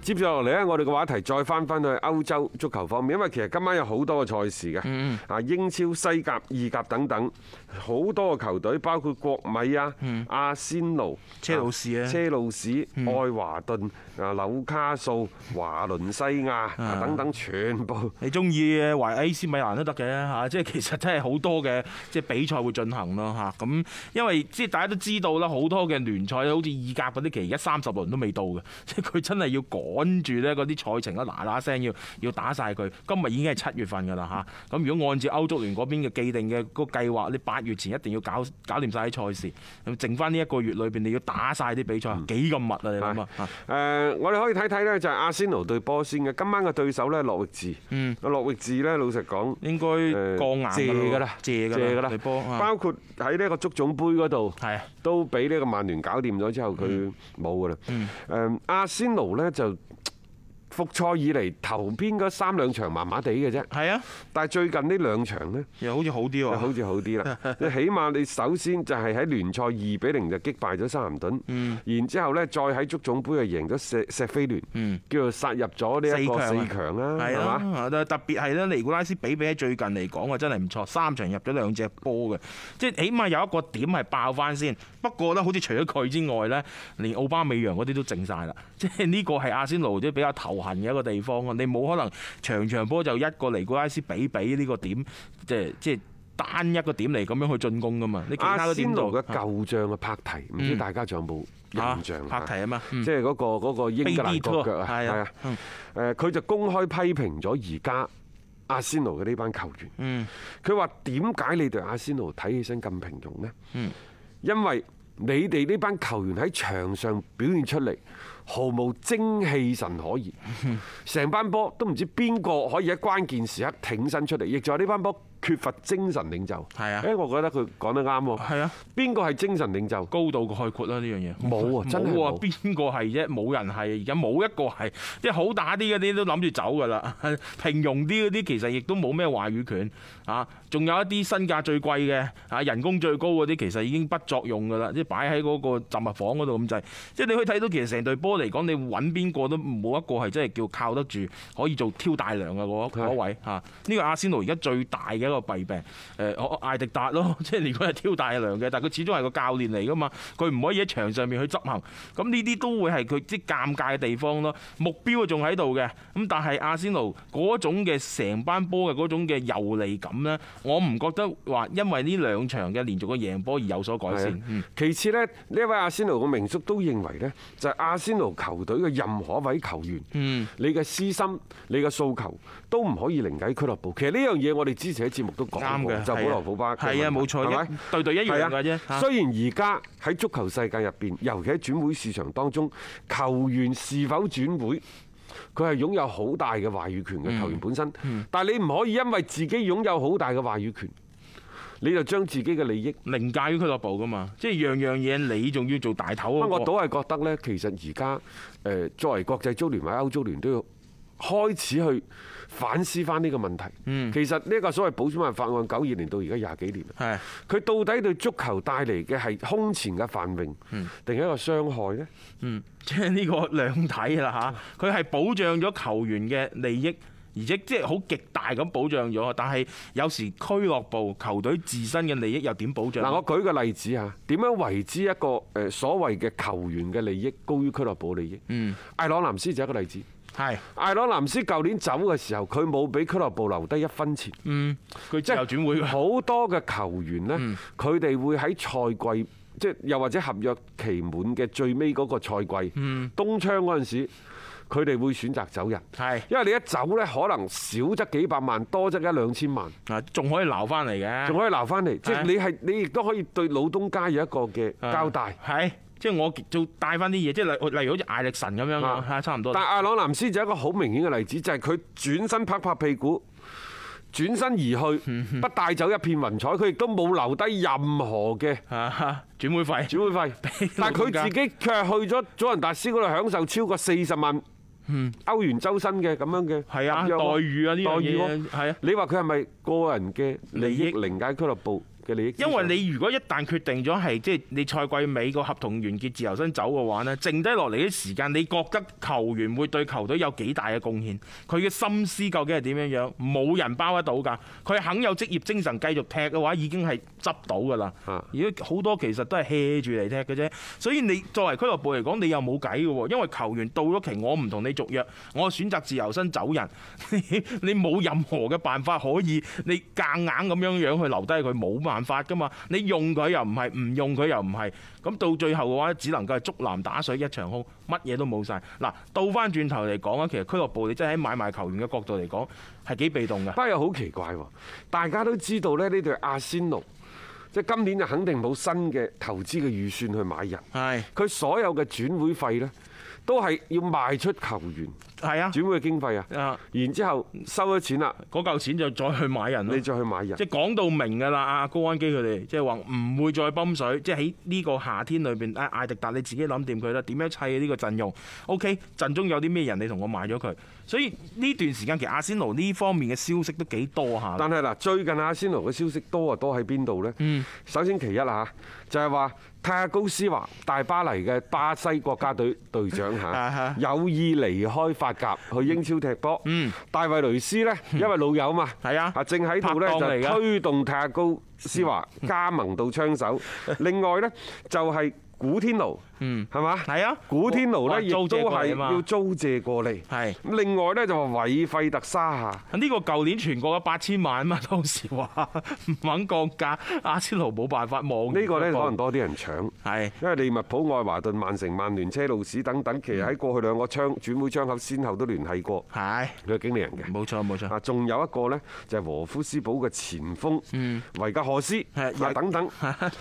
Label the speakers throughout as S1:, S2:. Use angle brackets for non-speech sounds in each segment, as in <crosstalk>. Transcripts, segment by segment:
S1: 接住落嚟呢，我哋嘅話題再翻翻去歐洲足球方面，因為其實今晚有好多嘅賽事嘅，
S2: 嗯
S1: 啊英超、西甲、意甲等等，好多嘅球隊，包括國米啊、阿仙奴、
S2: 嗯車路士啊
S1: 車路士、愛華頓、啊紐卡素、華倫西亞啊等等，全部。
S2: 你中意嘅懷 AC 米蘭都得嘅嚇， <laughs> 即係其實真係好多嘅即係比賽會進行咯嚇。咁因為即係大家都知道啦，好多嘅聯賽好似意甲嗰啲，其實而家三十輪都未到嘅， <laughs> 即係佢真係要趕住咧嗰啲賽程咧嗱嗱聲要要打晒佢。今日已經係七月份㗎啦嚇。咁如果按照歐足聯嗰邊嘅既定嘅嗰個計劃，你八月前一定要搞搞掂晒啲賽事，咁剩翻呢一個月裏邊你要打晒啲比賽，幾咁密啊你諗啊？
S1: 誒，我哋可以睇睇呢，就係阿仙奴對波先嘅，今晚嘅對手呢，諾域治。
S2: 嗯
S1: 諾域治呢，老實講。
S2: 應該
S1: 誒
S2: 降硬
S1: 借
S2: 㗎
S1: 㗎
S2: 啦
S1: 啦，，
S2: 借㗎
S1: 㗎
S2: 啦，對波啊
S1: 包括喺呢一個足總杯嗰度，
S2: 係啊嗯
S1: 都俾呢個曼聯搞掂咗之後，佢冇㗎啦。誒，阿仙奴呢，就復賽以嚟頭邊嗰三兩場麻麻地嘅啫，
S2: 係啊，
S1: 但係最近呢兩場呢，
S2: 又好似好啲
S1: 就
S2: 喎。
S1: 哦好似好啲
S2: <laughs>
S1: 啦。即係起碼你首先就係喺聯賽二比零就擊敗咗三咸頓，
S2: 嗯
S1: 然之後呢，再喺足總杯就贏咗石石飛聯，叫做殺入咗呢一個
S2: 嗯四強啊
S1: 四強啦，
S2: 係
S1: 係嘛？
S2: 啊，特別係咧，尼古拉斯比比喺最近嚟講啊，真係唔錯，三場入咗兩隻波嘅，即係起碼有一個點係爆翻先。不過咧，好似除咗佢之外咧，連奧巴美揚嗰啲都靜晒啦， <laughs> 即係呢個係阿仙奴即係比較頭痕嘅一個地方啊！你冇可能場場波就一個尼古拉斯比比呢個點，即係即係單一個點嚟咁樣去進攻噶嘛？你其他
S1: 阿
S2: 嗰
S1: 仙
S2: 點
S1: 奴
S2: 做
S1: 嘅舊將嘅帕提，唔知大家仲有冇印象
S2: 拍啊嗯題啊嘛，嗯
S1: 即係嗰個嗰個英格蘭國腳啊，
S2: 係
S1: 係
S2: 啊
S1: 啊，誒佢就公開批評咗而家阿仙奴嘅呢班球員。
S2: 嗯
S1: 佢話點解你對阿仙奴睇起身咁平庸呢？
S2: 嗯
S1: 因為你哋呢班球員喺場上表現出嚟毫無精氣神可言，成班波都唔知邊個可以喺關鍵時刻挺身出嚟，亦就係呢班波缺乏精神領袖。
S2: 係啊
S1: 誒，我覺得佢講得啱喎。
S2: 係啊。
S1: 邊個係精神領袖？
S2: 高度概括啦呢樣嘢，
S1: 冇啊真係
S2: 冇啊，
S1: 冇
S2: 邊個係啫？冇人係，而家冇一個係，即係好打啲嗰啲都諗住走㗎啦， <laughs> 平庸啲嗰啲其實亦都冇咩話語權啊，仲有一啲身價最貴嘅啊，人工最高嗰啲其實已經不作用㗎啦，即係擺喺嗰個雜物房嗰度咁滯，即係你可以睇到其實成隊波嚟講，你揾邊個都冇一個係真係叫靠得住，可以做挑大梁嘅嗰嗰
S1: 係
S2: 哎位嚇。呢個阿仙奴而家最大嘅一個弊病，誒我我艾迪達咯， <laughs> 即係如果係挑大梁嘅，但係佢始終係個教練嚟噶嘛，佢唔可以喺場上面去執行，咁呢啲都會係佢即係尷尬嘅地方咯。目標啊仲喺度嘅，咁但係阿仙奴嗰種嘅成班波嘅嗰種嘅遊離感呢，我唔覺得話因為呢兩場嘅連續嘅贏波而有所改
S1: 係啊
S2: 善。嗯
S1: 其次呢，呢一位阿仙奴嘅名宿都認為呢，就係阿仙奴球隊嘅任何一位球員，
S2: 嗯
S1: 你嘅私心、你嘅訴求都唔可以凌駕於俱樂部。其實呢樣嘢我哋之前喺節目都講
S2: 啱
S1: 過，
S2: 嘅，
S1: 就保羅普巴嘅
S2: 係啊，
S1: 問
S2: 冇
S1: 題係
S2: 錯，
S1: 咪
S2: 一對對一樣㗎啫
S1: 係。啊，雖然而家喺足球世界入邊，尤其喺轉會市場當中，球員是否轉會，佢係擁有好大嘅話語權
S2: 嗯
S1: 嘅球員本身。但係你唔可以因為自己擁有好大嘅話語權，你就將自己嘅利益。
S2: 凌駕於俱樂部噶嘛，即係樣樣嘢你仲要做大頭
S1: 不
S2: 嗰個
S1: 過我倒係覺得呢，其實而家誒作為國際足聯或者歐足聯都要開始去反思翻呢個問題。其實呢個所謂保選辦法案，九二年到而家廿幾年啦啊
S2: 係
S1: 佢到底對足球帶嚟嘅係空前嘅繁榮，定係一個傷害呢？
S2: 嗯，即係呢個兩睇啦
S1: <laughs>
S2: 嚇，佢係保障咗球員嘅利益。而且即係好極大咁保障咗，但係有時俱樂部、球隊自身嘅利益又點保障？
S1: 嗱，我舉個例子嚇，點樣為之一個誒所謂嘅球員嘅利益高於俱樂部利益？
S2: 嗯，
S1: 艾朗南斯就係一個例子。
S2: 係，
S1: 艾朗南斯舊年走嘅時候，佢冇俾俱樂部留低一分錢。
S2: 嗯，佢
S1: 即
S2: 自由轉會㗎，
S1: 好多嘅球員呢，佢哋會喺賽季，即係又或者合約期滿嘅最尾嗰個賽季，冬窗嗰陣時，佢哋會選擇走人，
S2: 係
S1: 因為你一走呢，可能少則幾百萬，多則一兩千萬，
S2: 啊，仲可以留翻嚟嘅，
S1: 仲可以留翻嚟，即
S2: 係
S1: 係你係你亦都可以對老東家有一個嘅交代。
S2: 係。即係我做帶翻啲嘢，即係例例如好似艾力神咁樣
S1: 啊
S2: 啊，嚇差唔多。
S1: 但阿朗南斯就一個好明顯嘅例子，就係佢轉身拍拍屁股，轉身而
S2: <laughs>
S1: 去，不帶走一片雲彩，佢亦都冇留低任何嘅
S2: 啊轉會費
S1: 轉會費。但係佢自己卻去咗祖雲達斯嗰度享受超過四十萬歐元周薪嘅咁樣嘅
S2: 嗯係啊，
S1: 合約喎
S2: 待遇啊呢樣
S1: 待遇
S2: 嘢
S1: 喎
S2: 係啊。
S1: 你話佢係咪個人嘅利益凌駕俱樂部嘅利益之
S2: 因
S1: 上？
S2: 為你如果一旦決定咗係即係你賽季尾個合同完結自由身走嘅話呢剩低落嚟啲時間，你覺得球員會對球隊有幾大嘅貢獻？佢嘅心思究竟係點樣樣？冇人包得到㗎。佢肯有職業精神繼續踢嘅話，已經係執到㗎啦。
S1: 啊
S2: 而家好多其實都係 hea 住嚟踢嘅啫，所以你作為俱樂部嚟講，你又冇計嘅喎，因為球員到咗期，我唔同你續約，我選擇自由身走人， <laughs> 你冇任何嘅辦法可以你夾硬咁樣樣去留低佢，冇辦法噶嘛，你用佢又唔係，唔用佢又唔係，咁到最後嘅話，只能夠係竹籃打水一場空，乜嘢都冇晒。嗱，倒翻轉頭嚟講啊，其實俱樂部你真係喺買賣球員嘅角度嚟講係幾被動嘅
S1: 不。過又好奇怪喎，大家都知道咧，呢隊阿仙奴即係今年就肯定冇新嘅投資嘅預算去買人，
S2: 係
S1: 佢所有嘅轉會費呢，都係要賣出球員
S2: 係啊，
S1: 轉會嘅經費啊，
S2: 啊
S1: 然之後收咗錢啦，
S2: 嗰嚿錢就再去買人咯
S1: 你。再去買人
S2: 即。係講到明㗎啦，阿高安基佢哋即係話唔會再泵水，即係喺呢個夏天裏邊，阿艾迪達你自己諗掂佢啦，點樣砌呢個陣容？OK，陣中有啲咩人你同我買咗佢，所以呢段時間其實阿仙奴呢方面嘅消息都幾多下。
S1: 但係嗱，最近阿仙奴嘅消息多啊多喺邊度呢？首先其一啦嚇，就係話泰亞高斯華大巴黎嘅巴西國家隊隊長
S2: <laughs> 啊哈
S1: 嚇，有意離開法甲去英超踢波。大衛雷斯呢，因為老友嘛，
S2: 係啊
S1: 正喺度呢，
S2: 拍檔嚟㗎
S1: 就推動泰亞高斯華加盟到槍手。另外呢，就係古天奴，係嘛？
S2: 係啊，
S1: 古天奴
S2: 話
S1: 呢，亦
S2: 租
S1: 都
S2: 借過嚟
S1: 係
S2: 嘛
S1: 要租借過嚟。
S2: 係
S1: 咁另外呢，就話韋費特沙夏。
S2: 呢個舊年全國嘅八千萬啊嘛， <laughs> 當時話唔肯降價，阿仙奴冇辦法望
S1: 呢個呢，可能多啲人搶。
S2: 係
S1: 因為利物浦、愛華頓、曼城、曼聯、車路士等等，其實喺過去兩個窗轉會窗口先後都聯繫過
S2: 係
S1: 佢嘅經理人嘅。
S2: 冇錯冇錯。
S1: 啊，仲有一個呢，就係和夫斯堡嘅前鋒維格何斯
S2: 係
S1: 啊等等，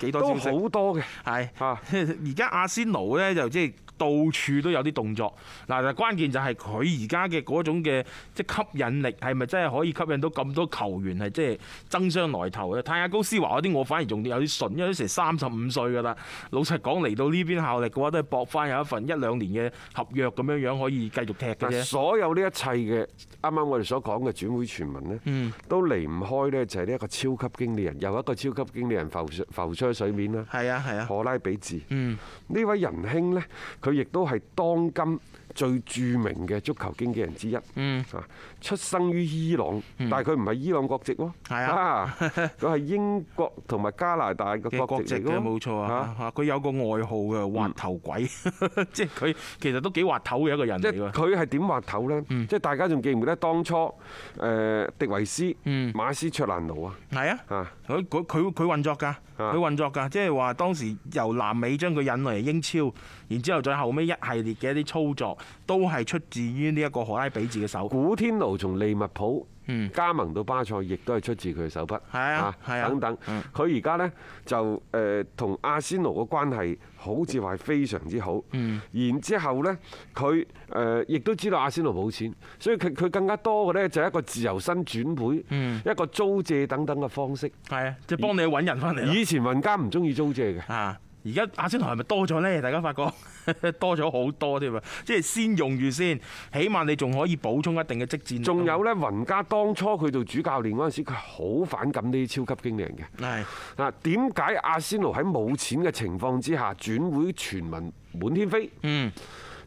S2: 幾 <laughs> 多
S1: 都
S2: 消息
S1: 好多嘅。
S2: 係
S1: 啊
S2: <laughs> 而家阿仙奴咧就即係到處都有啲動作，嗱，但係關鍵就係佢而家嘅嗰種嘅即係吸引力係咪真係可以吸引到咁多球員係即係爭相來投咧？泰亞高斯華嗰啲我反而仲有啲信，因為成三十五歲㗎啦。老實講嚟到呢邊效力嘅話，都係搏翻有一份一兩年嘅合約咁樣樣可以繼續踢嘅
S1: 嗱，
S2: 啫。
S1: 所有呢一切嘅啱啱我哋所講嘅轉會傳聞呢，都離唔開呢就係呢一個超級經理人，又一個超級經理人浮上浮出水面啦。
S2: 係啊係啊，
S1: 荷拉比治，呢位仁兄呢，佢亦都係當今最著名嘅足球經紀人之一。
S2: 嗯
S1: 啊，出生於伊朗，但係佢唔係伊朗國籍喎，
S2: 係啊
S1: 啊，佢係英國同埋加拿大嘅
S2: 嘅
S1: 國
S2: 國
S1: 籍
S2: 籍
S1: 嚟
S2: 嘅
S1: 㗎喎
S2: 冇錯
S1: 啊
S2: 啊，嗯啊佢有個外號嘅滑頭鬼， <laughs> 即係佢其實都幾滑頭嘅一個人
S1: 即
S2: 嚟
S1: 係
S2: 㗎。
S1: 佢係點滑頭呢？
S2: 嗯
S1: 即係大家仲記唔記得當初誒迪維斯、
S2: 嗯
S1: 馬斯卓蘭奴啊？
S2: 係啊。
S1: 啊，
S2: 佢佢佢佢運作㗎，佢運作㗎，即係話當時由南美將佢引嚟英超，然之後再後尾一系列嘅一啲操作，都係出自於呢一個荷拉比治嘅手。
S1: 古天奴從利物浦
S2: 嗯
S1: 加盟到巴塞，亦都係出自佢嘅手筆。
S2: 係啊係啊
S1: 等等
S2: 嗯。
S1: 佢而家呢，就誒同阿仙奴嘅關係好似話係非常之好。
S2: 嗯
S1: 然之後呢，佢誒亦都知道阿仙奴冇錢，所以佢佢更加多嘅呢，就係一個自由身轉會，
S2: 嗯
S1: 一個租借等等嘅方式。
S2: 係啊，即係幫啊你揾人翻嚟啦。
S1: 以前雲家唔中意租借嘅。
S2: 啊！而家阿仙奴係咪多咗呢？大家發覺 <laughs> 多咗好多添啊！即係先用住先，起碼你仲可以補充一定嘅積戰力。
S1: 仲有呢，雲家當初佢做主教練嗰陣時，佢好反感呢啲超級經理人嘅。
S2: 係
S1: 嗱，啊點解阿仙奴喺冇錢嘅情況之下轉會傳聞滿天飛？
S2: 嗯，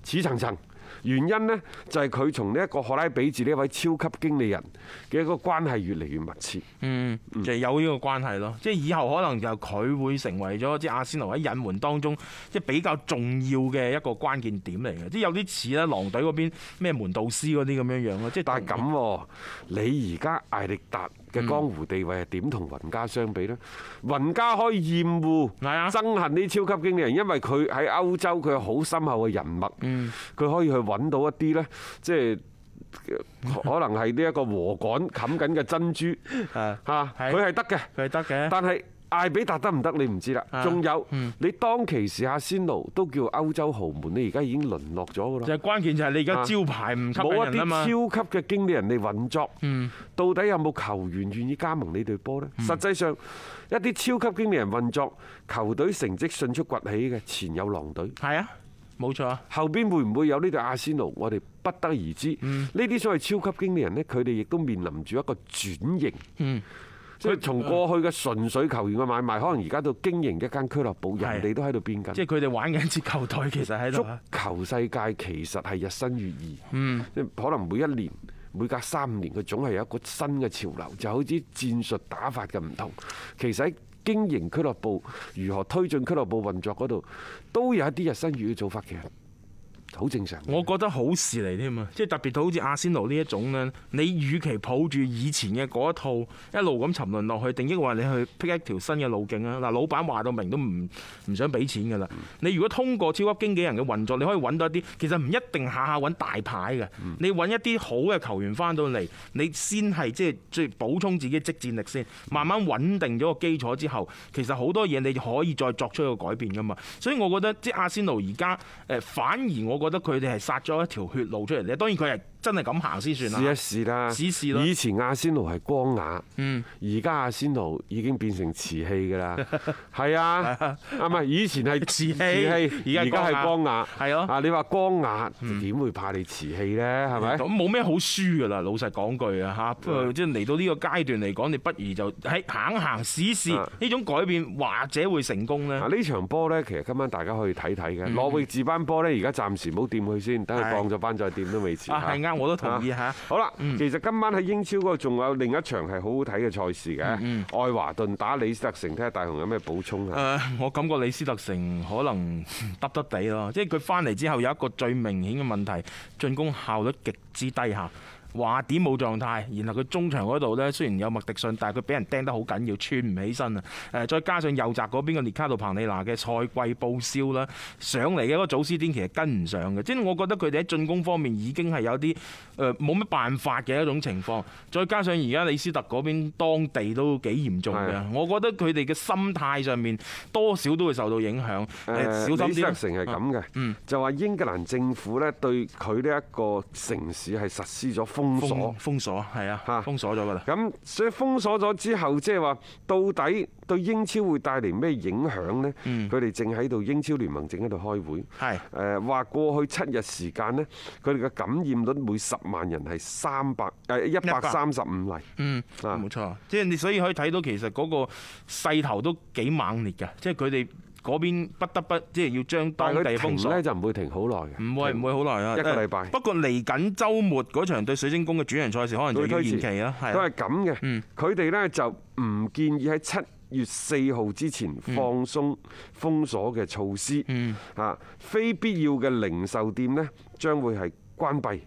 S1: 似層層。原因呢，就係佢從呢一個荷拉比治呢一位超級經理人嘅一個關係越嚟越密切。
S2: 嗯，就係有呢個關係咯，即係以後可能就佢會成為咗即係阿仙奴喺引援當中即係比較重要嘅一個關鍵點嚟嘅，即係有啲似咧狼隊嗰邊咩門導師嗰啲咁樣樣咯，即係
S1: 但係咁喎，你而家艾力達嘅江湖地位係點同雲家相比呢？雲家可以厭惡、
S2: 係啊
S1: 憎恨呢啲超級經理人，因為佢喺歐洲佢有好深厚嘅人脈，佢可以去揾到一啲呢，即係。可能係呢一個禾杆冚緊嘅珍珠，
S2: 誒
S1: 嚇
S2: 係啊
S1: 佢係得嘅，
S2: 佢係得嘅，
S1: 但係艾比達得唔得你唔知啦
S2: 啊，
S1: 仲有你當其時阿仙奴都叫歐洲豪門，你而家已經淪落咗噶
S2: 就
S1: 啦，
S2: 係關鍵就係你而家招牌唔吸
S1: 啊冇
S2: 引
S1: 一
S2: 人啊嘛。嗯
S1: 啲超級嘅經理人嚟運作，到底有冇球員願意加盟呢隊波呢？實際上一啲超級經理人運作，球隊成績迅速崛起嘅，前有狼隊。
S2: 係啊，冇錯啊，
S1: 後邊會唔會有呢隊阿仙奴？我哋不得而知。
S2: 嗯
S1: 呢啲所謂超級經理人呢，佢哋亦都面臨住一個轉型。
S2: 嗯
S1: 即係從過去嘅純粹球員嘅買賣，可能而家到經營一間俱樂部，
S2: 係
S1: 人哋都喺度變緊
S2: 即。係佢哋玩緊支球隊，其實喺
S1: 足
S2: 度啊。嗯
S1: 球世界其實係日新月異，即係可能每一年。每隔三五年，佢總係有一個新嘅潮流，就好似戰術打法嘅唔同。其實喺經營俱樂部、如何推進俱樂部運作嗰度，都有一啲日新月異嘅做法，其實好正常嘅。
S2: 我覺得好事嚟添啊！即係特別到好似阿仙奴呢一種呢，你與其抱住以前嘅嗰一套一路咁沉淪落去，定抑或你去辟一條新嘅路徑啊！嗱，老闆話到明都唔唔想俾錢㗎啦。你如果通過超級經紀人嘅運作，你可以揾到一啲其實唔一定下下揾大牌嘅，
S1: 嗯
S2: 你揾一啲好嘅球員翻到嚟，你先係即係最補充自己嘅即戰力先，慢慢穩定咗個基礎之後，其實好多嘢你可以再作出一個改變噶嘛。所以我覺得即係阿仙奴而家誒，反而我覺得佢哋係殺咗一條血路出嚟咧。當然佢係真係咁行先算啦。
S1: 試一試啦，
S2: 試一試啦嗯
S1: 以前阿仙奴係光雅，而家阿仙奴已經變成瓷器㗎
S2: <laughs>
S1: 啦。係啊，啊唔係以前係
S2: 瓷器而
S1: 而
S2: 家
S1: 家
S2: 係
S1: 係光雅。
S2: 係咯嗯
S1: 啊你話光雅點會怕你瓷器呢？係嗯咪
S2: 咁？冇咩好輸噶啦，老實講句啊嚇，不過即係嚟到呢個階段嚟講，你不如就喺行行試試
S1: 啊
S2: 呢種改變，或者會成功呢。
S1: 啊！呢場波呢，其實今晚大家可以睇睇嘅。諾域治班波呢，而家暫時冇掂佢先，等
S2: 嗯係
S1: 佢降咗班再掂都未遲。
S2: 啊，係嗯啱，我都同意嚇。
S1: 好啦，其實今晚喺英超嗰度仲有另一場係好好睇嘅賽事嘅，
S2: 嗯
S1: 愛華頓打李斯特城，睇下大雄有咩補充
S2: 誒、
S1: 啊？
S2: 呃我感覺李斯特城可能 <laughs> 耷耷地咯，即係佢翻嚟之後有一個最明顯嘅問題，進攻效率極之低下。話點冇狀態，然後佢中場嗰度呢，雖然有麥迪遜，但係佢俾人釘得好緊要，穿唔起身啊！誒，再加上右閘嗰邊嘅列卡度彭利拿嘅賽季報銷啦，上嚟嘅嗰個祖斯甸其實跟唔上嘅，即係我覺得佢哋喺進攻方面已經係有啲誒冇乜辦法嘅一種情況。再加上而家李斯特嗰邊當地都幾嚴重
S1: 係啊
S2: 嘅，我覺得佢哋嘅心態上面多少都會受到影響。誒，
S1: 誒，
S2: 小
S1: 李斯
S2: 心啲啦啊嗯
S1: 特城係咁嘅，就話英格蘭政府咧對佢呢一個城市係實施咗封鎖
S2: 封。封鎖係啊，
S1: 嚇
S2: 封鎖咗㗎啦。
S1: 咁所以封鎖咗之後，即係話到底對英超會帶嚟咩影響呢？
S2: 嗯
S1: 佢哋正喺度英超聯盟正喺度開會，
S2: 係
S1: 誒話過去七日時間呢，佢哋嘅感染率每十萬人係三百誒一百三十五例。
S2: 嗯，
S1: 啊
S2: 冇錯，即係你所以可以睇到其實嗰個勢頭都幾猛烈嘅，即係佢哋嗰邊不得不即係要將
S1: 但係
S2: 當地
S1: 佢
S2: 封
S1: 停
S2: 鎖
S1: 呢，。就唔會停好耐嘅，
S2: 唔會唔會好耐啊，
S1: 一個禮拜
S2: 不過嚟緊週末嗰場對水晶宮嘅主場賽事，可能就要
S1: 會推
S2: 延
S1: 遲
S2: 期啦，係
S1: 都
S2: 啊
S1: 係咁嘅。佢哋呢就唔建議喺七月四號之前放鬆封鎖嘅措施。啊，非必要嘅零售店呢將會係關閉。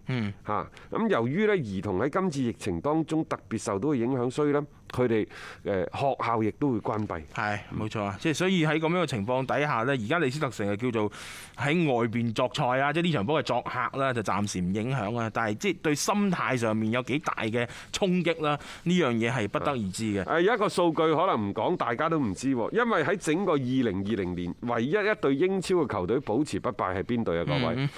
S1: 嚇咁由於呢兒童喺今次疫情當中特別受到嘅影響，所以呢佢哋誒學校亦都會關閉。
S2: 係冇錯啊，即係所以喺咁樣嘅情況底下呢，而家李斯特城係叫做喺外邊作賽啊，即係呢場波係作客啦，就暫時唔影響啊，但係即係對心態上面有幾大嘅衝擊啦，呢樣嘢係不得而知嘅。
S1: 誒有一個數據可能唔講，大家都唔知喎，因為喺整個二零二零年，唯一一隊英超嘅球隊保持不敗係邊隊啊？各位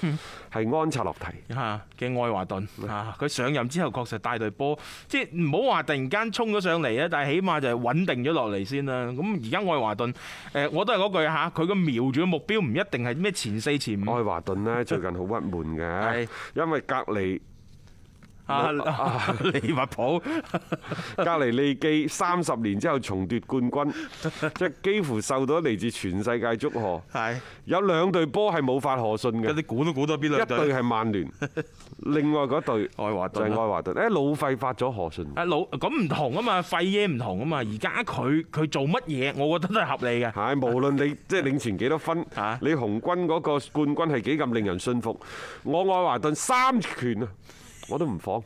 S1: 係安察洛提。
S2: 嚇啊嘅愛華頓嚇，佢上任之後確實帶隊波，即係唔好話突然間衝咗上嚟啊，但係起碼就係穩定咗落嚟先啦。咁而家愛華頓誒，我都係嗰句嚇，佢個瞄住嘅目標唔一定係咩前四前五啊
S1: 愛華頓呢最近好鬱悶
S2: 係
S1: 嘅，因為隔
S2: <laughs>
S1: 離
S2: <laughs> 啊， <laughs> 利物浦
S1: 隔離利記三十年之後重奪冠軍，即係幾乎受到嚟自全世界祝賀。
S2: 係
S1: 有兩隊波係冇法可信嘅
S2: 嗰，啲估都估到邊兩
S1: 一
S2: 隊
S1: 隊係曼
S2: <laughs>
S1: 聯，另外嗰隊
S2: 愛華
S1: 就係
S2: 頓
S1: 愛
S2: 啦。
S1: 華頓。誒老費發咗何
S2: <laughs>
S1: 信，
S2: 啊老咁唔同啊嘛，費耶唔同啊嘛，而家佢佢做乜嘢，我覺得都係合理嘅。
S1: 係無論你即係領前幾多分
S2: <laughs> 啊，
S1: 你紅軍嗰個冠軍係幾咁令人信服，我愛華頓三拳啊，我都唔放。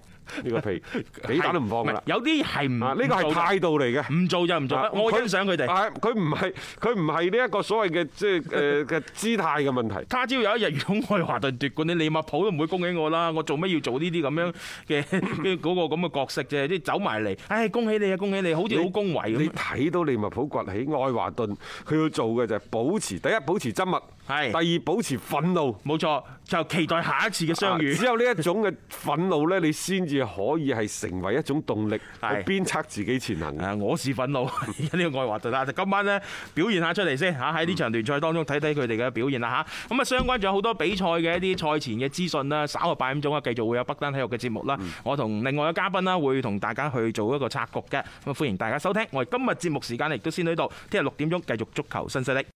S1: 呢
S2: <laughs>
S1: 個皮幾蛋都唔放㗎啦
S2: 係。有啲係唔
S1: 啊，呢個係
S2: 唔做嘅
S1: 態度嚟嘅。
S2: 唔做就唔做，
S1: 啊
S2: 我欣賞佢哋。
S1: 係佢唔係佢唔係呢一個所謂嘅即係誒嘅姿態嘅問
S2: <laughs>
S1: 題。
S2: 他朝有一日如果愛華頓奪冠，你利物浦都唔會恭喜我啦！我做咩要做呢啲咁樣
S1: <laughs>
S2: 嘅嘅嗰個咁嘅角色啫？即係走埋嚟，唉，恭喜你啊，恭喜你，好似好恭維
S1: 你
S2: 咁。
S1: 睇到利物浦崛起，愛華頓佢要做嘅就係保持第一保持緘默，
S2: 係
S1: 第二保持憤怒。
S2: 冇錯，就期待下一次嘅相遇
S1: 啊。只有呢一種嘅憤怒呢，你先至可以係成為一種動力，
S2: 係
S1: 去鞭策自己前行。
S2: 誒，我是憤怒， <laughs> 而家呢個愛華頓啦，就今晚呢表現下出嚟先嚇，喺呢場聯賽當中睇睇佢哋嘅表現啦嚇。咁啊，相關仲有好多比賽嘅一啲賽前嘅資訊啦，稍後八點鐘啊，繼續會有北單體育嘅節目啦。我同另外嘅嘉賓啦，會同大家去做一個拆局嘅。咁啊，歡迎大家收聽。我哋今日節目時間亦都先到呢度，聽日六點鐘繼續足球新勢力。